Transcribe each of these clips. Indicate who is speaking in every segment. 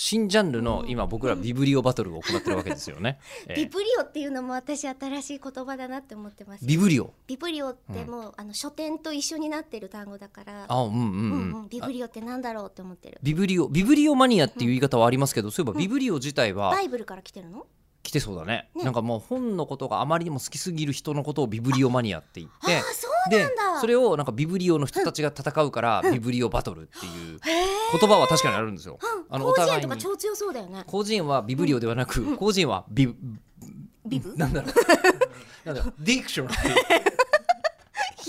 Speaker 1: 新ジャンルの今僕らビブリオバトルを行ってるわけですよ ね。え
Speaker 2: ビ
Speaker 1: え
Speaker 2: ブリオっていうのも私新しい言葉だなって思ってます
Speaker 1: ビブリオ。
Speaker 2: ビブリオってもう、あの書店と一緒になってる単語だから
Speaker 1: あ、うんうん
Speaker 2: う
Speaker 1: うんん。
Speaker 2: うん、ビブリオってなんだろうって思ってる
Speaker 1: ビブリオ、ビブリオマニアっていう言い方はありますけど、そういえばビブリオ自体は
Speaker 2: バイブルから来てるの
Speaker 1: 来てそうだね。
Speaker 2: ね
Speaker 1: なんかもう本のことがあまりにも好きすぎる人のことをビブリオマニアって言っ
Speaker 2: あ
Speaker 1: て
Speaker 2: あ、そうなんだ
Speaker 1: それをなんかビブリオの人たちが戦うから、ビブリオバトルっていう言葉は確かにあるんですよ。
Speaker 2: うん、
Speaker 1: あ
Speaker 2: あ
Speaker 1: の
Speaker 2: の
Speaker 1: お
Speaker 2: お
Speaker 1: 互いに
Speaker 2: とか超強そう だよね
Speaker 1: 個人はビブリオではなく、個人はビブ、
Speaker 2: ビブい
Speaker 1: なんだろう。 なんだろう。ディクション。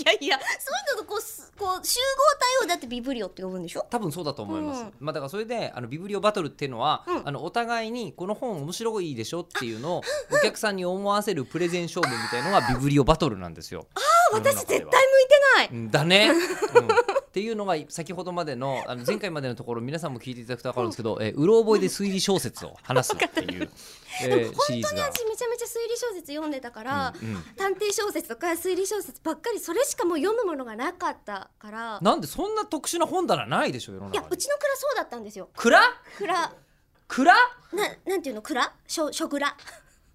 Speaker 2: やいやそういうのとこうすこう集合体をだってビブリオって呼ぶんでしょ
Speaker 1: 多分そうだと思います、
Speaker 2: うん
Speaker 1: まあだからそれであのビブリオバトルっていうのは、
Speaker 2: うん
Speaker 1: あのお互いにこの本面白いでしょっていうのをお客さんに思わせるプレゼン勝負みたいのがビブリオバトルなんですよ。ああ
Speaker 2: 私絶対向いてない
Speaker 1: うんだね、うんっていうのが先ほどまでのあの前回までのところ皆さんも聞いていただくと分かるんですけど、えーうろ覚えで推理小説を話すって いう、えーシリーズが。
Speaker 2: 私めちゃめちゃ推理小説読んでたから、
Speaker 1: うんうん
Speaker 2: 探偵小説とか推理小説ばっかりそれしかもう読むものがなかったから
Speaker 1: なんでそんな特殊な本棚ないでしょ世の
Speaker 2: いや
Speaker 1: 中
Speaker 2: う
Speaker 1: に。
Speaker 2: ちの蔵そうだったんですよ
Speaker 1: 蔵
Speaker 2: 蔵
Speaker 1: 蔵
Speaker 2: ななんていうの蔵書書蔵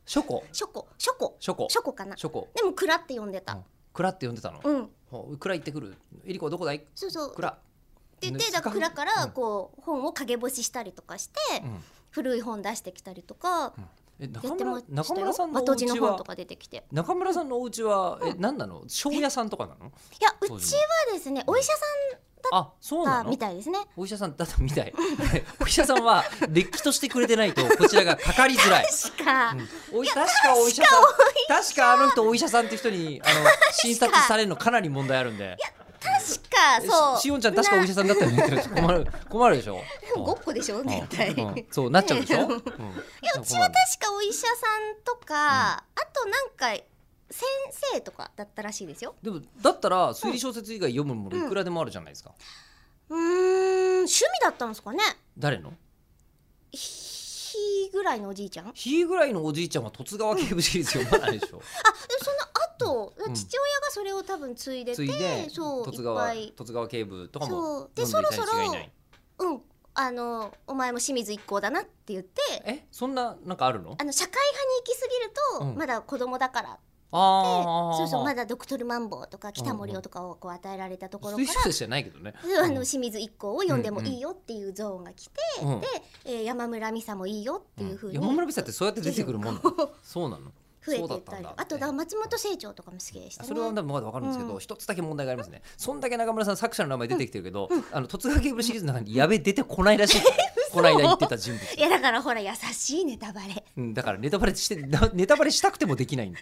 Speaker 1: 書庫
Speaker 2: 書庫書庫
Speaker 1: 書庫
Speaker 2: 書庫かな
Speaker 1: 書庫。
Speaker 2: でも蔵って呼んで
Speaker 1: う
Speaker 2: た
Speaker 1: ん蔵って呼んでたの。
Speaker 2: うん
Speaker 1: ほう蔵行ってくる。えりこどこだい？
Speaker 2: そうそう
Speaker 1: 蔵。
Speaker 2: で
Speaker 1: ね
Speaker 2: でだから蔵から
Speaker 1: うん
Speaker 2: こう本を陰干ししたりとかして
Speaker 1: うん
Speaker 2: 古い本出してきたりとか
Speaker 1: え
Speaker 2: や
Speaker 1: 中
Speaker 2: ってま
Speaker 1: 村
Speaker 2: した
Speaker 1: 中村さ
Speaker 2: よ
Speaker 1: んのお
Speaker 2: 和
Speaker 1: 家
Speaker 2: 字の本と
Speaker 1: は
Speaker 2: か出てきて
Speaker 1: 中村さんのお家はえ何なの？庄屋さんとかなの？
Speaker 2: いやう
Speaker 1: 当時
Speaker 2: ちはですねお医者
Speaker 1: あそう
Speaker 2: さ
Speaker 1: なん
Speaker 2: が
Speaker 1: の？
Speaker 2: みたいですね
Speaker 1: お医者さんだったみたい。 お医者さんは歴史としてくれてないとこちらがかかりづ らい。
Speaker 2: しか
Speaker 1: おい確かお医者さん確かあの人お医者さんって人にあの診察されるのかなり問題あるんで。
Speaker 2: 確かそう
Speaker 1: ししおんちゃん確かお医者さんだったよねって言って困る困るでしょ。
Speaker 2: で もごっこでしょ
Speaker 1: うん
Speaker 2: 絶対。
Speaker 1: うんうんそうなっちゃうでしょ。
Speaker 2: ね
Speaker 1: うん
Speaker 2: うちは確かお医者さんとか、あとなんか先生とかだったらしいですよ。
Speaker 1: でもだったら推理小説以外読むものいくらでもあるじゃないですか、
Speaker 2: うーん趣味だったんですかね。
Speaker 1: 誰の
Speaker 2: ひぐらいのおじいちゃん。あでも
Speaker 1: ひぐらいのおじいちゃんは十津川警部シリーズ読まないでしょ
Speaker 2: その後、
Speaker 1: ん
Speaker 2: 父親がそれを多分継い で
Speaker 1: つ
Speaker 2: て
Speaker 1: いで
Speaker 2: そう
Speaker 1: 十津
Speaker 2: いっぱ
Speaker 1: 川
Speaker 2: い
Speaker 1: 十津川警部とか
Speaker 2: そ
Speaker 1: も
Speaker 2: うで
Speaker 1: 読んでいたに
Speaker 2: そろ
Speaker 1: 違い
Speaker 2: そ
Speaker 1: な
Speaker 2: ろ
Speaker 1: い
Speaker 2: うんあのお前も清水一行だなって言って。
Speaker 1: えそんななんかあるの
Speaker 2: あの社会派に行き過ぎると、
Speaker 1: うん
Speaker 2: まだ子供だからって
Speaker 1: ああ
Speaker 2: そうそうま
Speaker 1: だ
Speaker 2: だドクトルマンボウとか北森夫とかをこう与えられたところか
Speaker 1: 推理
Speaker 2: ら
Speaker 1: 小説じゃないけどね
Speaker 2: であ
Speaker 1: う
Speaker 2: の
Speaker 1: ん
Speaker 2: 清水一行を読んでもいいよっていうゾーンが来て、
Speaker 1: うん
Speaker 2: で、えー山村美沙もいいよっていうふうに、
Speaker 1: 山村美沙ってそうやって出てくるもんなのそうなの
Speaker 2: 増
Speaker 1: そ
Speaker 2: えていう
Speaker 1: だ
Speaker 2: っ
Speaker 1: った
Speaker 2: た
Speaker 1: ん
Speaker 2: り
Speaker 1: だ
Speaker 2: あとだ松本清張とかも好きでしたね
Speaker 1: それはまだまだわかるんですけど、
Speaker 2: うん
Speaker 1: 一つだけ問題がありますね。そんだけ中村さん作者の名前出てきてるけど、あの突撃ケーブルシリーズの中にやべ出てこないらしい。 この間言ってた人物。
Speaker 2: いやだからほら優しいネタバレ
Speaker 1: うん、だからネタバレしてなネタバレしたくてもできないんだ